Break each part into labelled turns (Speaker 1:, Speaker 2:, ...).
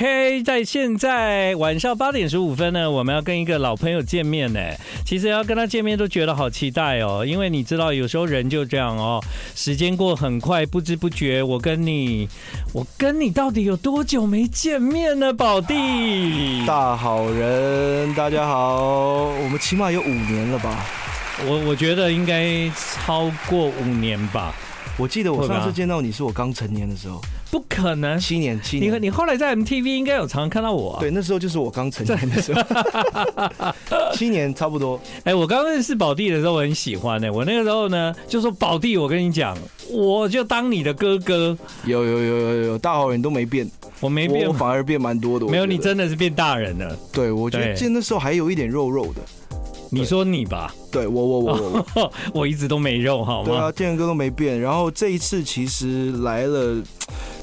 Speaker 1: OK，在现在晚上八点十五分呢，我们要跟一个老朋友见面呢。其实要跟他见面都觉得好期待哦，因为你知道有时候人就这样哦，时间过很快，不知不觉，我跟你，我跟你到底有多久没见面呢，宝弟？
Speaker 2: 大好人，大家好，我们起码有五年了吧？
Speaker 1: 我我觉得应该超过五年吧，
Speaker 2: 我记得
Speaker 1: 会
Speaker 2: 我
Speaker 1: 吧
Speaker 2: 上次见到你是我刚成年的时候，
Speaker 1: 不可能。
Speaker 2: 七年，七
Speaker 1: 你
Speaker 2: 年。
Speaker 1: 你后来在 MTV 应该有常常看到我、啊，
Speaker 2: 对，那时候就是我刚成年的时候，七年差不多。
Speaker 1: 哎、我刚认识宝弟的时候，我很喜欢呢、我那个时候呢，就说宝弟，我跟你讲，我就当你的哥哥，
Speaker 2: 有有有有有，大好人都没变，
Speaker 1: 我没
Speaker 2: 我
Speaker 1: 变
Speaker 2: 我，反而变蛮多的。我
Speaker 1: 没有，
Speaker 2: 觉得
Speaker 1: 你真的是变大人了。
Speaker 2: 对，我觉
Speaker 1: 对
Speaker 2: 得见那时候还有一点肉肉的。
Speaker 1: 你说你吧，
Speaker 2: 对我我我我我，
Speaker 1: 我一直都没肉，好
Speaker 2: 对
Speaker 1: 吗？
Speaker 2: 啊，建哥都没变。然后这一次其实来了，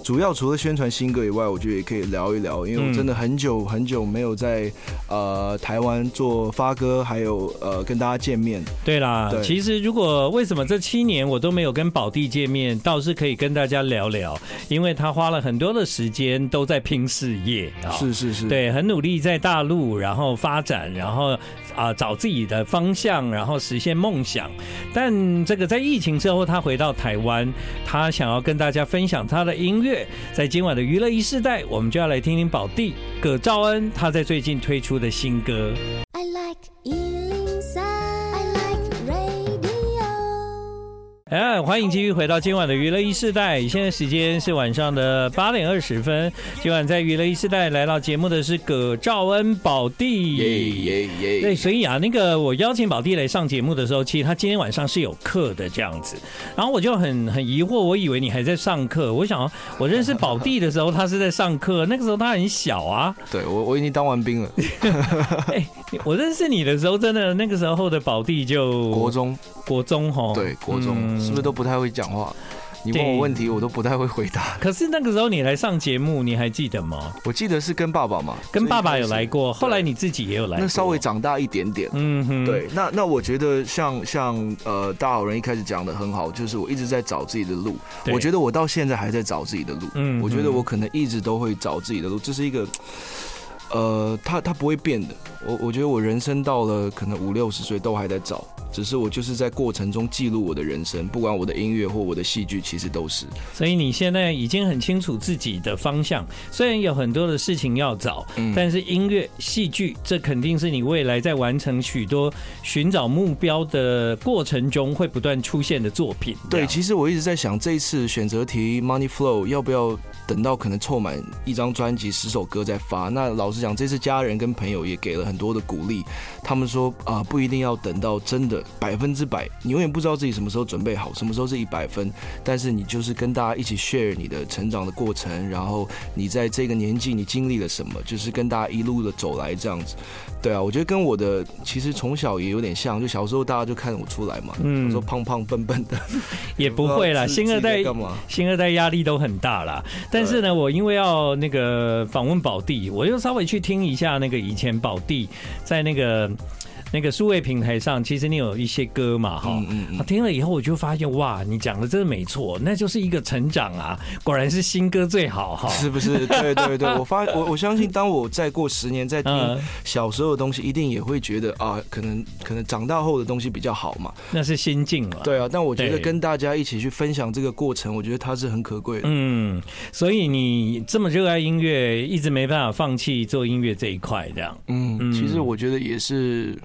Speaker 2: 主要除了宣传新歌以外，我觉得也可以聊一聊，因为
Speaker 1: 嗯
Speaker 2: 我真的很久很久没有在呃台湾做发歌，还有呃跟大家见面。
Speaker 1: 对啦，
Speaker 2: 对
Speaker 1: 其实如果为什么这七年我都没有跟宝弟见面，倒是可以跟大家聊聊，因为他花了很多的时间都在拼事业啊。
Speaker 2: 是是是，
Speaker 1: 对，很努力在大陆，然后发展，然后啊、找自己的方向，然后实现梦想。但这个在疫情之后，他回到台湾，他想要跟大家分享他的音乐。在今晚的娱乐一世代，我们就要来听听宝弟葛兆恩他在最近推出的新歌。
Speaker 3: I like Ealing Sound. I like radio.
Speaker 1: 哎，欢迎继续回到今晚的娱乐一世代，现在时间是晚上的八点二十分。今晚在娱乐一世代来到节目的是葛兆恩宝弟。
Speaker 2: 耶
Speaker 1: 对，所以啊，那个我邀请宝弟来上节目的时候，其实他今天晚上是有课的这样子，然后我就很很疑惑，我以为你还在上课，我想哦我认识宝弟的时候，他是在上课，那个时候他很小 啊，
Speaker 2: 对我我已经当完兵了，
Speaker 1: 哎、我认识你的时候，真的那个时候的宝弟就
Speaker 2: 国中
Speaker 1: 国中吼，
Speaker 2: 对国中
Speaker 1: 哦嗯
Speaker 2: 是不是都不太会讲话？你
Speaker 1: 对
Speaker 2: 问我问题，我都不太会回答。
Speaker 1: 可是那个时候你来上节目，你还记得吗？
Speaker 2: 我记得是跟爸爸嘛，
Speaker 1: 跟爸爸有
Speaker 2: 所以一开
Speaker 1: 来
Speaker 2: 始，
Speaker 1: 过，后来你自己也有来过，
Speaker 2: 那稍微长大一点点。
Speaker 1: 嗯哼，
Speaker 2: 对，那那我觉得像像呃，大好人一开始讲的很好，就是我一直在找自己的路。
Speaker 1: 对
Speaker 2: 我觉得我到现在还在找自己的路。
Speaker 1: 嗯
Speaker 2: 我觉得我可能一直都会找自己的路，这是一个呃，它它不会变的。我我觉得我人生到了可能五六十岁都还在找，只是我就是在过程中记录我的人生，不管我的音乐或我的戏剧，其实都是。
Speaker 1: 所以你现在已经很清楚自己的方向，虽然有很多的事情要找，
Speaker 2: 嗯
Speaker 1: 但是音乐、戏剧，这肯定是你未来在完成许多寻找目标的过程中会不断出现的作品。这
Speaker 2: 对，
Speaker 1: 样
Speaker 2: 其实我一直在想，这一次选择题 Money Flow 要不要等到可能凑满一张专辑十首歌再发？那老实讲，这次家人跟朋友也给了很多的鼓励，他们说啊、不一定要等到真的百分之百，你永远不知道自己什么时候准备好，什么时候是一百分，但是你就是跟大家一起 share 你的成长的过程，然后你在这个年纪你经历了什么，就是跟大家一路的走来这样子。对啊，我觉得跟我的其实从小也有点像，就小时候大家就看我出来嘛，
Speaker 1: 嗯
Speaker 2: 嗯，说胖胖笨笨的。
Speaker 1: 也不会啦，
Speaker 2: 自
Speaker 1: 新二
Speaker 2: 自己在
Speaker 1: 代
Speaker 2: 干嘛
Speaker 1: 新二代压力都很大啦。但是呢，我因为要那个访问宝弟，我又稍微去听一下那个以前宝弟在那个那个数位平台上，其实你有一些歌嘛，哈、
Speaker 2: 嗯嗯嗯
Speaker 1: 啊听了以后我就发现，哇，你讲的真的没错，那就是一个成长啊，果然是新歌最好哈。
Speaker 2: 是不是？对对对，我发 我我相信，当我再过十年再
Speaker 1: 嗯
Speaker 2: 听小时候的东西，一定也会觉得啊，可能可能长大后的东西比较好嘛。
Speaker 1: 那是心境了。。
Speaker 2: 对啊，但我觉得
Speaker 1: 对
Speaker 2: 跟大家一起去分享这个过程，我觉得它是很可贵的。
Speaker 1: 嗯，所以你这么热爱音乐，一直没办法放弃做音乐这一块，这样。嗯
Speaker 2: 嗯，其实我觉得也是。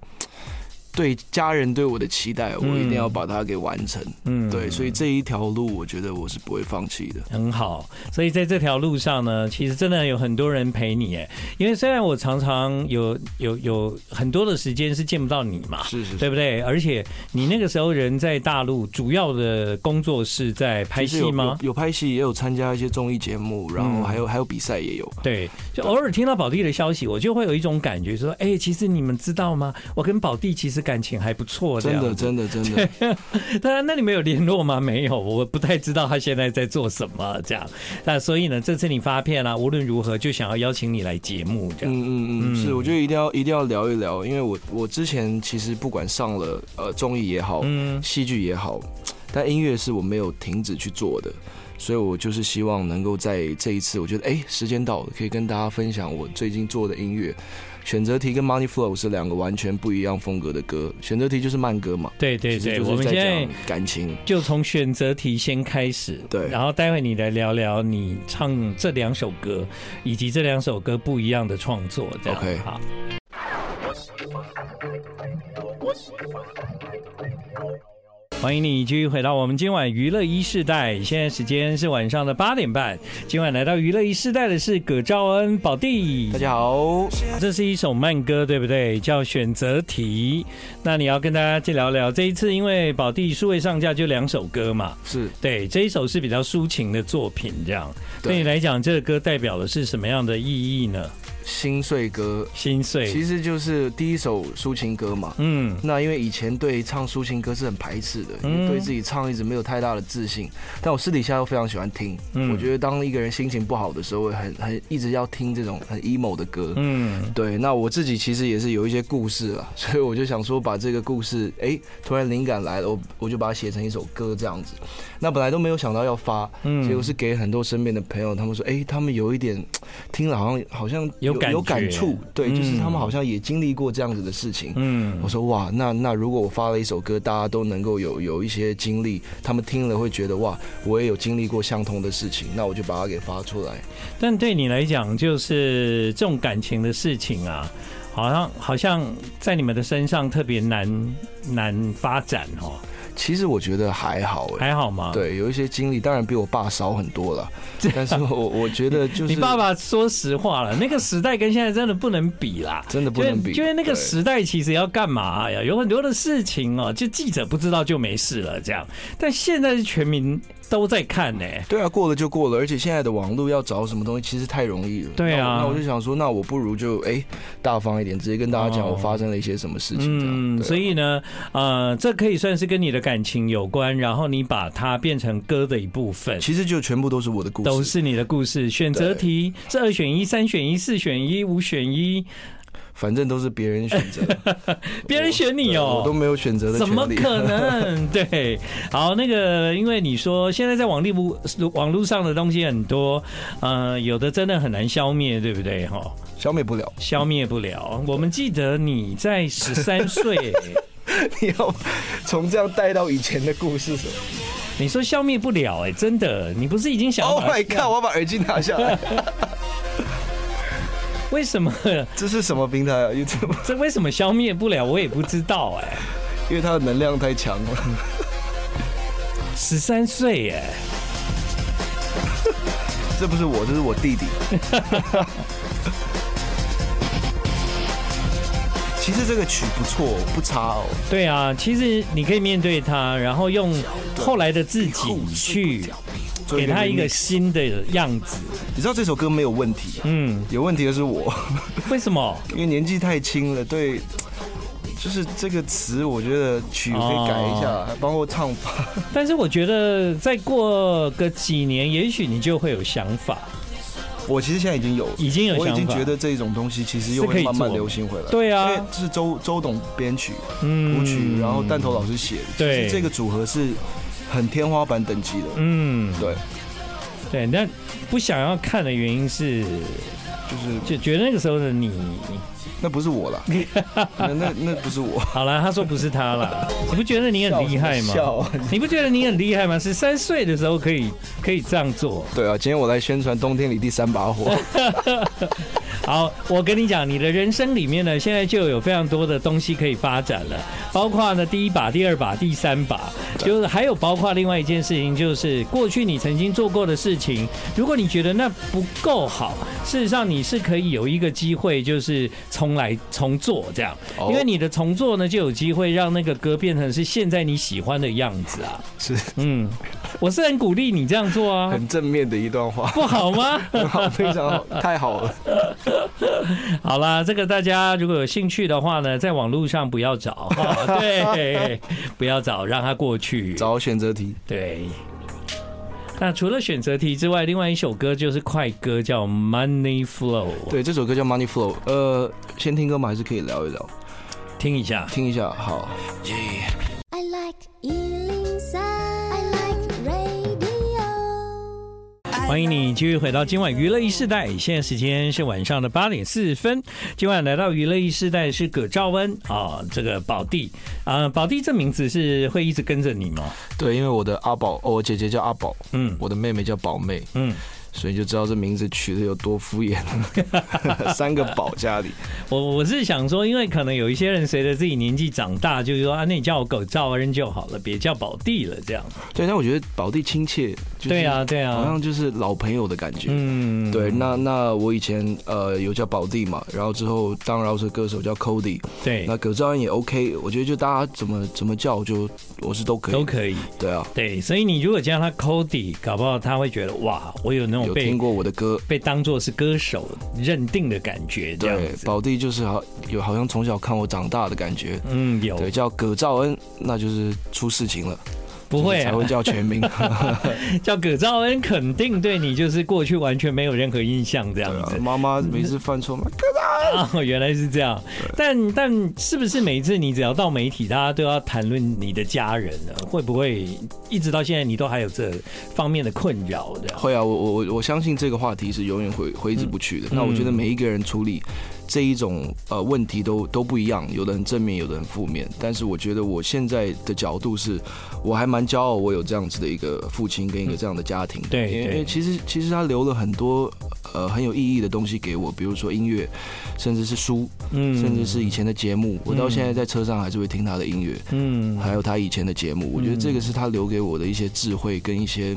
Speaker 2: 对家人对我的期待，我一定要把它给完成。
Speaker 1: 嗯，
Speaker 2: 对，所以这一条路，我觉得我是不会放弃的。
Speaker 1: 很好，所以在这条路上呢，其实真的有很多人陪你哎，因为虽然我常常有有有很多的时间是见不到你嘛，
Speaker 2: 是是
Speaker 1: 啊对不对？而且你那个时候人在大陆，主要的工作是在拍
Speaker 2: 其实
Speaker 1: 戏
Speaker 2: 有
Speaker 1: 吗？嗯
Speaker 2: 有有拍戏，也有参加一些综艺节目，然后还有还有比赛也有。
Speaker 1: 对，就偶尔听到宝弟的消息，我就会有一种感觉，说，哎、其实你们知道吗？我跟宝弟其实感情还不错，这
Speaker 2: 真
Speaker 1: 样
Speaker 2: 的
Speaker 1: 子。
Speaker 2: 真的 真
Speaker 1: 啊
Speaker 2: 的，
Speaker 1: 当然，那你们有联络吗？没有，我不太知道他现在在做什么这样。那所以呢，这次你发片啊，无论如何就想要邀请你来节目这样。
Speaker 2: 嗯嗯
Speaker 1: 嗯
Speaker 2: 嗯，是，我觉得一定要一定要聊一聊，因为我我之前其实不管上了呃综艺也好，
Speaker 1: 嗯
Speaker 2: 戏剧也好，但音乐是我没有停止去做的。所以我就是希望能够在这一次，我觉得哎、时间到了，可以跟大家分享我最近做的音乐。选择题跟 Money Flow 是两个完全不一样风格的歌，选择题就是慢歌嘛，
Speaker 1: 对对
Speaker 2: 其实
Speaker 1: 对，
Speaker 2: 就
Speaker 1: 我
Speaker 2: 是
Speaker 1: 们
Speaker 2: 在
Speaker 1: 现在
Speaker 2: 讲感情。
Speaker 1: 就从选择题先开始，
Speaker 2: 对
Speaker 1: 然后待会你来聊聊你唱这两首歌，以及这两首歌不一样的创作，这样
Speaker 2: OK
Speaker 1: 好。欢迎你继续回到我们今晚娱乐一世代，现在时间是晚上的八点半。今晚来到娱乐一世代的是葛兆恩宝弟
Speaker 2: 大，家好，
Speaker 1: 这是一首慢歌，对不对？叫《选择题》。那你要跟大家去聊聊这一次，因为宝弟数位上架就两首歌嘛，
Speaker 2: 是
Speaker 1: 对，这一首是比较抒情的作品，这样对你
Speaker 2: 对
Speaker 1: 来讲，这个歌代表的是什么样的意义呢？
Speaker 2: 心碎歌，
Speaker 1: 心碎，
Speaker 2: 其实就是第一首抒情歌嘛。
Speaker 1: 嗯，
Speaker 2: 那因为以前对唱抒情歌是很排斥的，
Speaker 1: 嗯
Speaker 2: 因为对自己唱一直没有太大的自信。但我私底下又非常喜欢听，
Speaker 1: 嗯
Speaker 2: 我觉得当一个人心情不好的时候，会很很一直要听这种很 emo 的歌。
Speaker 1: 嗯，
Speaker 2: 对，那我自己其实也是有一些故事啊， 所以我就想说把这个故事，哎、突然灵感来了，我我就把它写成一首歌这样子。那本来都没有想到要发，
Speaker 1: 嗯
Speaker 2: 结果是给很多身边的朋友，他们说，哎、他们有一点听了好像好像
Speaker 1: 有感
Speaker 2: 有
Speaker 1: 觉
Speaker 2: 感触，对，就是
Speaker 1: 嗯
Speaker 2: 他们好像也经历过这样子的事情。
Speaker 1: 嗯
Speaker 2: 我，说哇，那那如果我发了一首歌，大家都能够有有一些经历，他们听了会觉得哇，我也有经历过相同的事情，那我就把它给发出来。
Speaker 1: 但对你来讲，就是这种感情的事情啊，好像好像在你们的身上特别难难发展哦，
Speaker 2: 其实我觉得还好、哎。
Speaker 1: 还好吗？，
Speaker 2: 对，有一些经历，当然比我爸少很 多了，但是我我觉得就是
Speaker 1: 你爸爸说实话了，那个时代跟现在真的不能比啦。
Speaker 2: 真的不能比，
Speaker 1: 因为那个
Speaker 2: 对
Speaker 1: 时代其实要干嘛呀？有很多的事情哦，就记者不知道就没事了这样。但现在是全民都在看呢、
Speaker 2: 对啊，过了就过了，而且现在的网络要找什么东西其实太容易了。
Speaker 1: 对啊
Speaker 2: 那我那我就想说，那我不如就哎、大方一点，直接跟大家讲
Speaker 1: 哦
Speaker 2: 我发生了一些什么事情这样。
Speaker 1: 嗯，
Speaker 2: 对啊
Speaker 1: 所以呢，呃，这可以算是跟你的感情有关，然后你把它变成歌的一部分。
Speaker 2: 其实就全部都是我的故事，
Speaker 1: 都是你的故事，选择题是二选一、三选一、四选一、五选一，
Speaker 2: 反正都是别人选择的，
Speaker 1: 别人选你
Speaker 2: 对我都
Speaker 1: 哦、
Speaker 2: 没有选择的
Speaker 1: 怎
Speaker 2: 权利。
Speaker 1: 么可 能？对，好，那个，因为你说现在在网络不网络上的东西很多，呃，有的真的很难消灭，对不对？哈，
Speaker 2: 消灭不了？
Speaker 1: 消灭不了。我们记得你在十三 岁，
Speaker 2: 你要从这样带到以前的故事什么
Speaker 1: 你说消灭不了、哎，真的，你不是已经想
Speaker 2: ？Oh
Speaker 1: 好
Speaker 2: my god！我要把耳机拿下来，
Speaker 1: 为什么
Speaker 2: 这是什么平台啊？YouTube，
Speaker 1: 这为什么消灭不了？我也不知道、哎，
Speaker 2: 因为它的能量太强了。
Speaker 1: 十三岁，哎。
Speaker 2: 这不是我，这是我弟弟。 其实这个曲不错哦，不差哦。
Speaker 1: 对啊，其实你可以面对他，然后用后来的自己去
Speaker 2: 做
Speaker 1: 给他一个
Speaker 2: remix
Speaker 1: 新的样子。
Speaker 2: 你知道这首歌没有问题，
Speaker 1: 嗯，
Speaker 2: 有问题的是我，
Speaker 1: 为什么？
Speaker 2: 因为年纪太轻了。对，就是这个词，我觉得曲可以改一
Speaker 1: 哦
Speaker 2: 下，包括唱法。
Speaker 1: 但是我觉得再过个几年，也许你就会有想法。
Speaker 2: 我其实现在已经有，
Speaker 1: 已经有
Speaker 2: 我已经
Speaker 1: 想法
Speaker 2: 觉得这种东西其实又
Speaker 1: 是可
Speaker 2: 会
Speaker 1: 以
Speaker 2: 慢慢
Speaker 1: 做
Speaker 2: 流行回来。
Speaker 1: 对啊
Speaker 2: 因为这是周周董编曲，
Speaker 1: 嗯
Speaker 2: 舞曲，然后弹头老师写的，其
Speaker 1: 对
Speaker 2: 实这个组合是很天花板等级的。
Speaker 1: 嗯，
Speaker 2: 对，
Speaker 1: 对，那不想要看的原因是，
Speaker 2: 就是
Speaker 1: 就觉得那个时候的你，
Speaker 2: 那不是我 啦，那那那不是我，
Speaker 1: 好了，他说不是他 了，你不觉得你很厉害吗？
Speaker 2: 笑啊
Speaker 1: 你不觉得你很厉害吗？十三岁的时候可以可以这样做。
Speaker 2: 对啊，今天我来宣传冬天里第三把 火，
Speaker 1: 好，我跟你讲，你的人生里面呢，现在就有非常多的东西可以发展了，包括呢第一把、第二把、第三把，就是还有包括另外一件事情，就是过去你曾经做过的事情，如果你觉得那不够好，事实上你是可以有一个机会，就是重来重做这样，
Speaker 2: 哦
Speaker 1: 因为你的重做呢，就有机会让那个歌变成是现在你喜欢的样子啊。
Speaker 2: 是
Speaker 1: 嗯，我是很鼓励你这样做啊，
Speaker 2: 很正面的一段 话，
Speaker 1: 不好吗？
Speaker 2: 很好，非常好，太好了，
Speaker 1: 好啦，这个大家如果有兴趣的话呢，在网络上不要找， 哈对，不要找，让它过去。
Speaker 2: 找选择题，
Speaker 1: 对。那除了选择题之外，另外一首歌就是快歌，叫《Money Flow》，
Speaker 2: 对，这首歌叫 Money Flow，呃，先听歌嘛，还是可以聊一聊，
Speaker 1: 听一下。
Speaker 2: 听一下，好，
Speaker 3: I like Ealing Sound. I like radio.
Speaker 1: 欢迎你继续回到今晚娱乐一世代，现在时间是晚上的八点四十分。今晚来到娱乐一世代是葛兆恩啊、这个宝弟啊、宝弟这名字是会一直跟着你吗？
Speaker 2: 对，因为我的阿宝，哦，我姐姐叫阿宝，
Speaker 1: 嗯
Speaker 2: 我的妹妹叫宝妹，
Speaker 1: 嗯，
Speaker 2: 所以就知道这名字取的有多敷衍了。 三个宝家里，
Speaker 1: 我我是想说，因为可能有一些人随着自己年纪长大，就是说啊，那你叫我葛兆恩就好了，别叫宝弟了，这样。
Speaker 2: 对，但我觉得宝弟亲切，就是、
Speaker 1: 对啊，，对
Speaker 2: 好
Speaker 1: 啊，
Speaker 2: 像就是老朋友的感觉。
Speaker 1: 嗯，
Speaker 2: 对，那那我以前呃有叫宝弟嘛，然后之后当饶舌歌手叫 Cody，
Speaker 1: 对
Speaker 2: 那，葛兆恩也 OK，我觉得就大家怎么怎么叫就我是都可以，
Speaker 1: 都可以。
Speaker 2: 对啊，
Speaker 1: 对，所以你如果叫他 Cody，搞不好他会觉得哇，我有那种
Speaker 2: 有
Speaker 1: 哦被
Speaker 2: 听过我的歌，
Speaker 1: 被当做是歌手认定的感觉，这
Speaker 2: 对
Speaker 1: 样，子。
Speaker 2: 宝弟就是好有好像从小看我长大的感觉。
Speaker 1: 嗯，有
Speaker 2: 对，叫葛兆恩，那就是出事情了，
Speaker 1: 不
Speaker 2: 就是
Speaker 1: 会、
Speaker 2: 才
Speaker 1: 啊、
Speaker 2: 会叫全名。
Speaker 1: 叫葛兆恩，肯定对你就是过去完全没有任何印象这
Speaker 2: 对
Speaker 1: 样
Speaker 2: 啊
Speaker 1: 子。
Speaker 2: 妈妈每次犯错嘛，
Speaker 1: 哦，原来是这样。但但是不是每一次你只要到媒体，大家都要谈论你的家人呢？会不会一直到现在你都还有这方面的困扰的？
Speaker 2: 会啊，我我我我相信这个话题是永远挥挥之不去的。那我觉得每一个人处理这一种呃问题都都不一样，有的很正面，有的很负面。但是我觉得我现在的角度是，我还蛮骄傲，我有这样子的一个父亲跟一个这样的家庭。
Speaker 1: 对
Speaker 2: 因为因
Speaker 1: 对
Speaker 2: 为其实其实他留了很多呃很有意义的东西给我，比如说音乐，甚至是书，
Speaker 1: 嗯
Speaker 2: 甚至是以前的节目，我到现在在车上还是会听他的音乐。
Speaker 1: 嗯，
Speaker 2: 还有他以前的节目，我觉得这个是他留给我的一些智慧跟一些，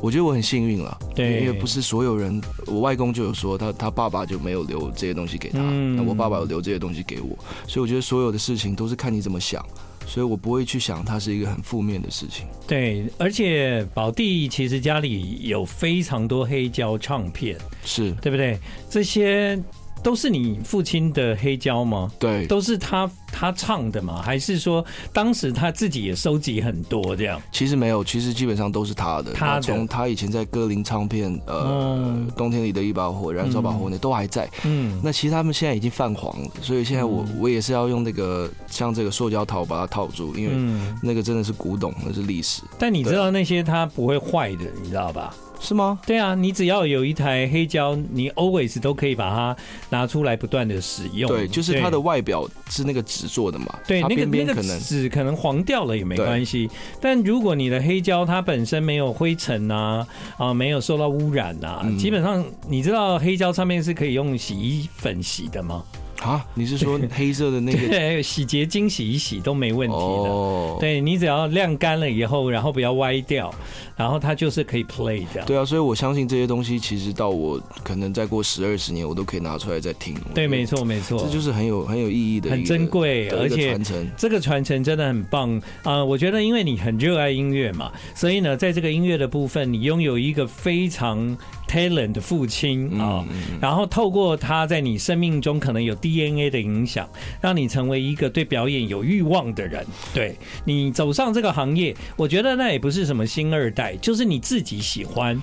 Speaker 2: 我觉得我很幸运了，
Speaker 1: 对
Speaker 2: 因为不是所有人，我外公就有说他他爸爸就没有留这些东西给他，
Speaker 1: 嗯
Speaker 2: 那我爸爸有留这些东西给我，所以我觉得所有的事情都是看你怎么想，所以我不会去想它是一个很负面的事情，
Speaker 1: 对，而且宝弟其实家里有非常多黑胶唱片，
Speaker 2: 是
Speaker 1: 对不对？这些都是你父亲的黑胶吗？
Speaker 2: 对。
Speaker 1: 都是他他唱的吗？还是说当时他自己也收集很多这样？
Speaker 2: 其实没有，其实基本上都是他的。
Speaker 1: 他的
Speaker 2: 那从他以前在歌林唱片，呃，
Speaker 1: 嗯
Speaker 2: 冬天里的一把火、燃烧吧火呢，都还在。
Speaker 1: 嗯，
Speaker 2: 那其实他们现在已经泛黄了，所以现在我、我也是要用那个像这个塑胶套把它套住，因为
Speaker 1: 嗯，
Speaker 2: 那个真的是古董，那是历史，
Speaker 1: 但你知道那些它不会坏的，你知道吧？
Speaker 2: 是吗？
Speaker 1: 对啊，你只要有一台黑胶，你 always 都可以把它拿出来不断的使用。
Speaker 2: 对，就是它的外表是那个纸做的嘛，
Speaker 1: 对
Speaker 2: 它
Speaker 1: 那个
Speaker 2: 边边
Speaker 1: 那
Speaker 2: 可
Speaker 1: 个
Speaker 2: 能
Speaker 1: 纸可能黄掉了也没关系，但如果你的黑胶它本身没有灰尘啊啊、没有受到污染啊，
Speaker 2: 嗯
Speaker 1: 基本上你知道黑胶上面是可以用洗衣粉洗的吗？
Speaker 2: 啊，你是说黑色的那个？
Speaker 1: 对， 洗洁精洗一洗都没问题的。
Speaker 2: 哦，
Speaker 1: 对你只要晾干了以后，然后不要歪掉，然后它就是可以 play 的。
Speaker 2: 对啊，所以我相信这些东西，其实到我可能再过十二十年，我都可以拿出来再听。我觉
Speaker 1: 对，
Speaker 2: 得
Speaker 1: 没，错没错，
Speaker 2: 这就是很有很有意义的一个，
Speaker 1: 很珍贵，
Speaker 2: 的
Speaker 1: 而
Speaker 2: 一个
Speaker 1: 且
Speaker 2: 传承。
Speaker 1: 这个传承真的很棒啊、呃我觉得，因为你很热爱音乐嘛，所以呢，在这个音乐的部分，你拥有一个非常 talent 的父亲啊、
Speaker 2: 嗯嗯嗯
Speaker 1: 然后透过他在你生命中可能有 DNA 的影响，让你成为一个对表演有欲望的人。对你走上这个行业，我觉得那也不是什么新二代，就是你自己喜欢。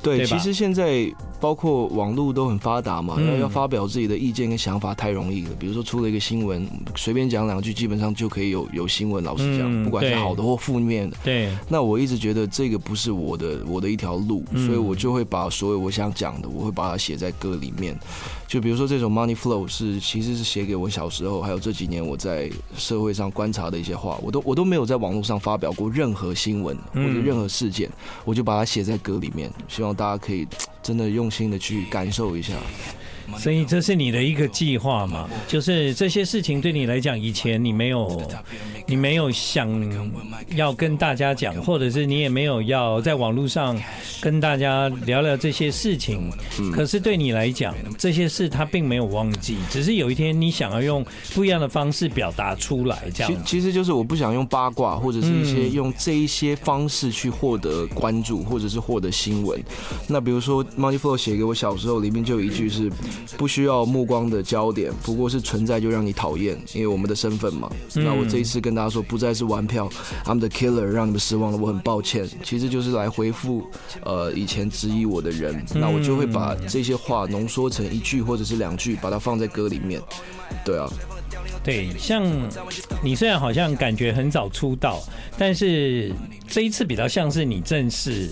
Speaker 2: 对，
Speaker 1: 对吧
Speaker 2: 其实现在包括网络都很发达嘛，要、
Speaker 1: 嗯
Speaker 2: 要发表自己的意见跟想法太容易了。比如说出了一个新闻，随便讲两句，基本上就可以有有新闻。老实讲，
Speaker 1: 嗯
Speaker 2: 不管是
Speaker 1: 对
Speaker 2: 好的或负面的，
Speaker 1: 对，
Speaker 2: 那我一直觉得这个不是我的我的一条路，
Speaker 1: 嗯
Speaker 2: 所以我就会把所有我想讲的，我会把它写在歌里面。就比如说这首《Money Flow》是其实是写给我小时候，还有这几年我在社会上观察的一些话，我都我都没有在网络上发表过任何新闻或
Speaker 1: 嗯
Speaker 2: 者任何事件，我就把它写在歌里面，希望大家可以真的用心的去感受一下。
Speaker 1: 所以这是你的一个计划嘛？就是这些事情对你来讲，以前你没有，你没有想要跟大家讲，或者是你也没有要在网络上跟大家聊聊这些事情。可是对你来讲，这些事他并没有忘记，只是有一天你想要用不一样的方式表达出来，这样
Speaker 2: 其
Speaker 1: 子。
Speaker 2: 其实就是我不想用八卦或者是一些用这一些方式去获得关注，或者是获得新闻。那比如说 Money Flow 写给我小时候，里面就有一句是不需要目光的焦点，不过是存在就让你讨厌，因为我们的身份嘛。那我这一次跟大家说，不再是玩票，I'm the killer，让你们失望了，我很抱歉。其实就是来回复呃以前质疑我的人，那我就会把这些话浓缩成一句或者是两句，把它放在歌里面。对啊，
Speaker 1: 对，像你虽然好像感觉很早出道，但是这一次比较像是你正式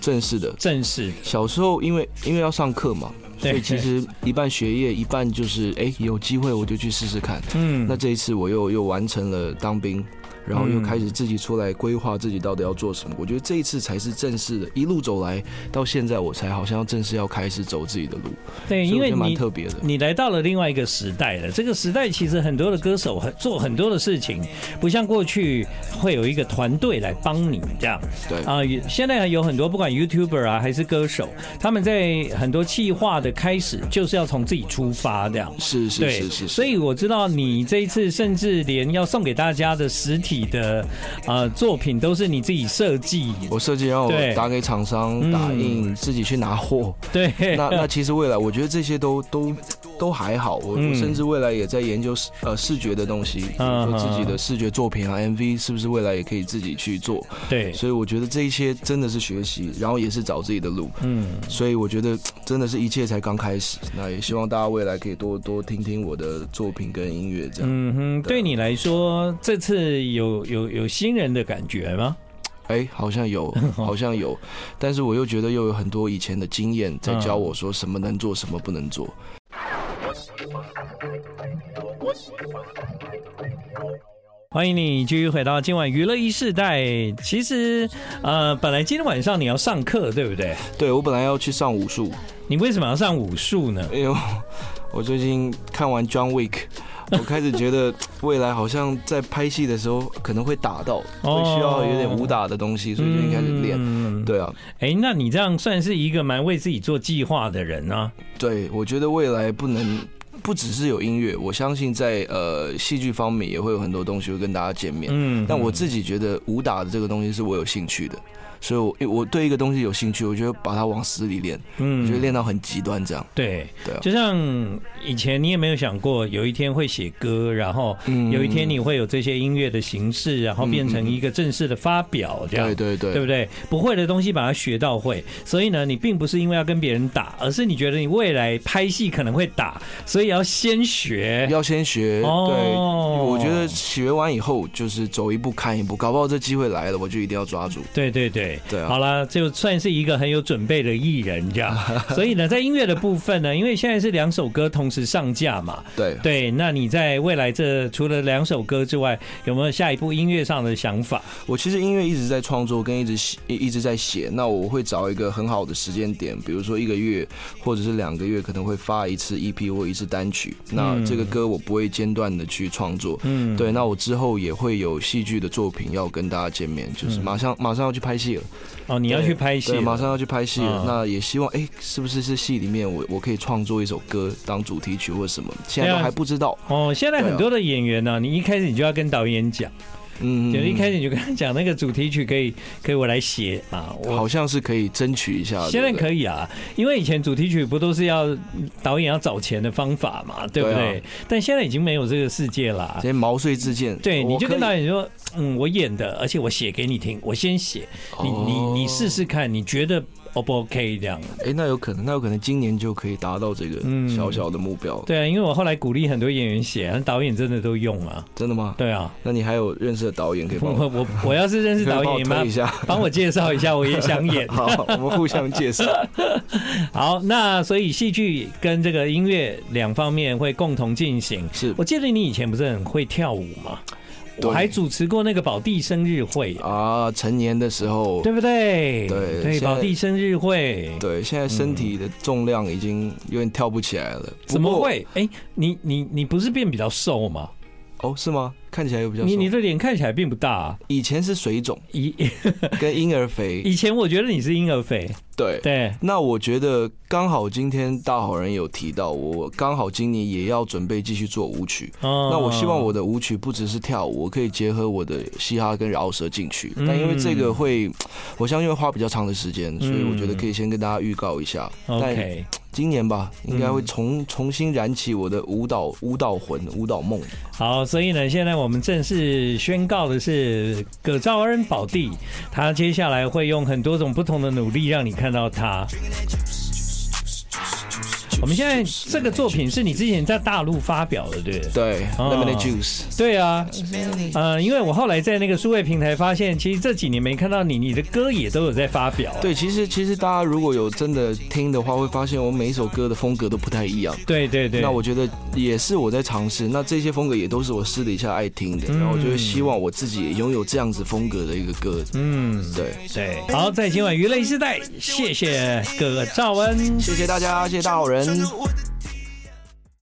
Speaker 2: 正式的。
Speaker 1: 正式的，
Speaker 2: 小时候因为因为要上课嘛，所
Speaker 1: 对
Speaker 2: 以其实一半学业，一半就是哎、有机会我就去试试看。
Speaker 1: 嗯，
Speaker 2: 那这一次我又又完成了当兵，然后又
Speaker 1: 嗯
Speaker 2: 开始自己出来规划自己到底要做什么。我觉得这一次才是正式的，一路走来到现在，我才好像要正式要开始走自己的路，
Speaker 1: 对，因
Speaker 2: 所以我
Speaker 1: 为
Speaker 2: 觉得蛮
Speaker 1: 你
Speaker 2: 特别的。
Speaker 1: 你来到了另外一个时代了。这个时代其实很多的歌手很做很多的事情，不像过去会有一个团队来帮你这样。
Speaker 2: 对
Speaker 1: 啊、也现在有很多不管 YouTuber 啊还是歌手，他们在很多企划的开始就是要从自己出发这样。
Speaker 2: 是是
Speaker 1: 对
Speaker 2: 是是，，
Speaker 1: 所以我知道你这一次甚至连要送给大家的实体的呃作品都是你自己设计，
Speaker 2: 我设计让
Speaker 1: 对
Speaker 2: 我打给厂商
Speaker 1: 嗯
Speaker 2: 打印，自己去拿货。
Speaker 1: 对，
Speaker 2: 那那其实未来，我觉得这些都都都还好。我
Speaker 1: 嗯
Speaker 2: 我甚至未来也在研究视呃视觉的东西，比如
Speaker 1: 嗯
Speaker 2: 说自己的视觉作品啊，MV 是不是未来也可以自己去做？
Speaker 1: 对，
Speaker 2: 所以我觉得这一些真的是学习，然后也是找自己的路。
Speaker 1: 嗯。
Speaker 2: 所以我觉得真的是一切才刚开始。那也希望大家未来可以多多听听我的作品跟音乐，这样。
Speaker 1: 嗯哼，
Speaker 2: 对啊
Speaker 1: 对你来说，这次有有有新人的感觉吗？
Speaker 2: 哎、好像有，好像有，但是我又觉得又有很多以前的经验在教
Speaker 1: 嗯
Speaker 2: 我说什么能做，什么不能做。
Speaker 1: 欢迎你继续回到今晚娱乐一世代。其实，呃，本来今天晚上你要上课，对不对？
Speaker 2: 对我本来要去上武术，
Speaker 1: 你为什么要上武术呢？
Speaker 2: 哎呦， 我最近看完 John Wick，我开始觉得未来好像在拍戏的时候可能会打到，
Speaker 1: 哦
Speaker 2: 会需要有点武打的东西，所以就开始练。
Speaker 1: 嗯，
Speaker 2: 对啊，
Speaker 1: 哎，那你这样算是一个蛮为自己做计划的人啊。
Speaker 2: 对，我觉得未来不能。不只是有音乐，我相信在呃戏剧方面也会有很多东西会跟大家见面。
Speaker 1: 嗯，
Speaker 2: 但我自己觉得武打的这个东西是我有兴趣的，所以我因为我对一个东西有兴趣，我就会把它往死里练，我
Speaker 1: 嗯
Speaker 2: 就会练到很极端这样。
Speaker 1: 对
Speaker 2: 对啊
Speaker 1: 就像以前你也没有想过有一天会写歌，然后
Speaker 2: 嗯
Speaker 1: 有一天你会有这些音乐的形式，然后变成一个正式的发表，这样。
Speaker 2: 对对对
Speaker 1: 对不对？不会的东西把它学到会，所以呢，你并不是因为要跟别人打，而是你觉得你未来拍戏可能会打，所以要先学。
Speaker 2: 要先学，对，
Speaker 1: 哦
Speaker 2: 我觉得学完以后就是走一步看一步，搞不好这机会来了，我就一定要抓住。
Speaker 1: 对对对，
Speaker 2: 对啊
Speaker 1: 好啦，就算是一个很有准备的艺人 这样。所以呢，在音乐的部分呢，因为现在是两首歌同时上架 嘛，
Speaker 2: 对，
Speaker 1: 对，那你在未来这除了两首歌之外，有没有下一步音乐上的想法？
Speaker 2: 我其实音乐一直在创作，跟一直写一一直在写。那我会找一个很好的时间点，比如说一个月或者是两个月，可能会发一次 EP 或一次单曲。那这个歌我不会间断的去创作。
Speaker 1: 嗯，
Speaker 2: 对，那我之后也会有戏剧的作品要跟大家见面，
Speaker 1: 嗯
Speaker 2: 就是马上马上要去拍戏了。
Speaker 1: 哦，你要去拍戏
Speaker 2: 对
Speaker 1: 了，
Speaker 2: 马上要去拍戏了。
Speaker 1: 嗯
Speaker 2: 那也希望，哎，是不是是戏里面我我可以创作一首歌当主题曲或什么？现在
Speaker 1: 对
Speaker 2: 都
Speaker 1: 啊
Speaker 2: 还不知道。
Speaker 1: 哦，现
Speaker 2: 啊
Speaker 1: 在很多的演员呢、你一开始你就要跟导演讲。
Speaker 2: 嗯，
Speaker 1: 就一开始你就跟他讲那个主题曲可以可以我来写啊，我
Speaker 2: 好像是可以争取一下。
Speaker 1: 现在
Speaker 2: 以，
Speaker 1: 可以啊，因为以前主题曲不都是要导演要找钱的方法嘛，对不对？
Speaker 2: 对啊
Speaker 1: 但现在已经没有这个世界啦
Speaker 2: 直。接毛遂自荐。
Speaker 1: 啊对，你
Speaker 2: 我
Speaker 1: 就
Speaker 2: 可
Speaker 1: 跟
Speaker 2: 以
Speaker 1: 导演说，嗯，我演的，而且我写给你听，我先写，你你
Speaker 2: 哦
Speaker 1: 你试。试看，你觉得 O 不 OK 这样？
Speaker 2: 哎，那有可能，那有可能今年就可以达到这个
Speaker 1: 嗯
Speaker 2: 小小的目标。
Speaker 1: 对啊，因为我后来鼓励很多演员写，导演真的都用啊。
Speaker 2: 真的吗？
Speaker 1: 对啊，
Speaker 2: 那你还有认识的导演 可以
Speaker 1: 我
Speaker 2: 帮我？
Speaker 1: 我我要是认识
Speaker 2: 可以
Speaker 1: 导
Speaker 2: 帮
Speaker 1: 演，
Speaker 2: 我
Speaker 1: 你
Speaker 2: 推
Speaker 1: 妈
Speaker 2: 一下。
Speaker 1: 帮我介绍一下，我也想演。
Speaker 2: 好，我们互相介 绍。
Speaker 1: 好，那所以戏剧跟这个音乐两方面会共同进行。
Speaker 2: 是
Speaker 1: 我记得你以前不是很会跳舞吗？
Speaker 2: 对
Speaker 1: 我还主持过那个宝弟生日会，
Speaker 2: 啊，成年的时候，
Speaker 1: 对不对？
Speaker 2: 对
Speaker 1: 对，
Speaker 2: 现在
Speaker 1: 宝弟生日会
Speaker 2: 对，现在身体的重量已经有点跳不起来了。不
Speaker 1: 怎么
Speaker 2: 过？
Speaker 1: 会？哎、你你你不是变比较瘦吗？
Speaker 2: 哦，是吗？看起来又比较
Speaker 1: 你
Speaker 2: 瘦
Speaker 1: 你。的脸看起来并不大、啊。
Speaker 2: 以前是 水肿，
Speaker 1: 以
Speaker 2: 跟婴 儿肥。
Speaker 1: 以前我觉得你是婴儿肥，
Speaker 2: 对。
Speaker 1: 对，
Speaker 2: 那我觉得刚好今天大好人有提到，我刚好今年也要准备继续做舞曲。
Speaker 1: 哦
Speaker 2: 那我希望我的舞曲不只是跳舞，我可以结合我的嘻哈跟饶舌进去。
Speaker 1: 嗯
Speaker 2: 但因为这个会，我相信会花比较长的时间，所以我觉得可以先跟大家预告一下。但
Speaker 1: 嗯 OK。嗯
Speaker 2: 今年吧，应该会重重新燃起我的舞蹈舞蹈魂、舞蹈梦。
Speaker 1: 好，所以呢，现在我们正式宣告的是葛兆恩宝弟，他接下来会用很多种不同的努力让你看到他。我们现在这个作品是你之前在大陆发表的，对不对？
Speaker 2: 对
Speaker 1: 哦
Speaker 2: Lemonade Juice，
Speaker 1: 对啊，呃，因为我后来在那个数位平台发现，其实这几年没看到你，你的歌也都有在发表。
Speaker 2: 对，其实其实大家如果有真的听的话，会发现我每一首歌的风格都不太一样。
Speaker 1: 对对对，
Speaker 2: 那我觉得也是我在尝试，那这些风格也都是我私底下爱听
Speaker 1: 嗯
Speaker 2: 的，然后我就会希望我自己也拥有这样子风格的一个歌。
Speaker 1: 嗯
Speaker 2: 对，
Speaker 1: 对，好，在今晚娱乐时代，谢谢哥哥赵恩。
Speaker 2: 谢谢大家，谢谢大好人。
Speaker 4: Turn up with the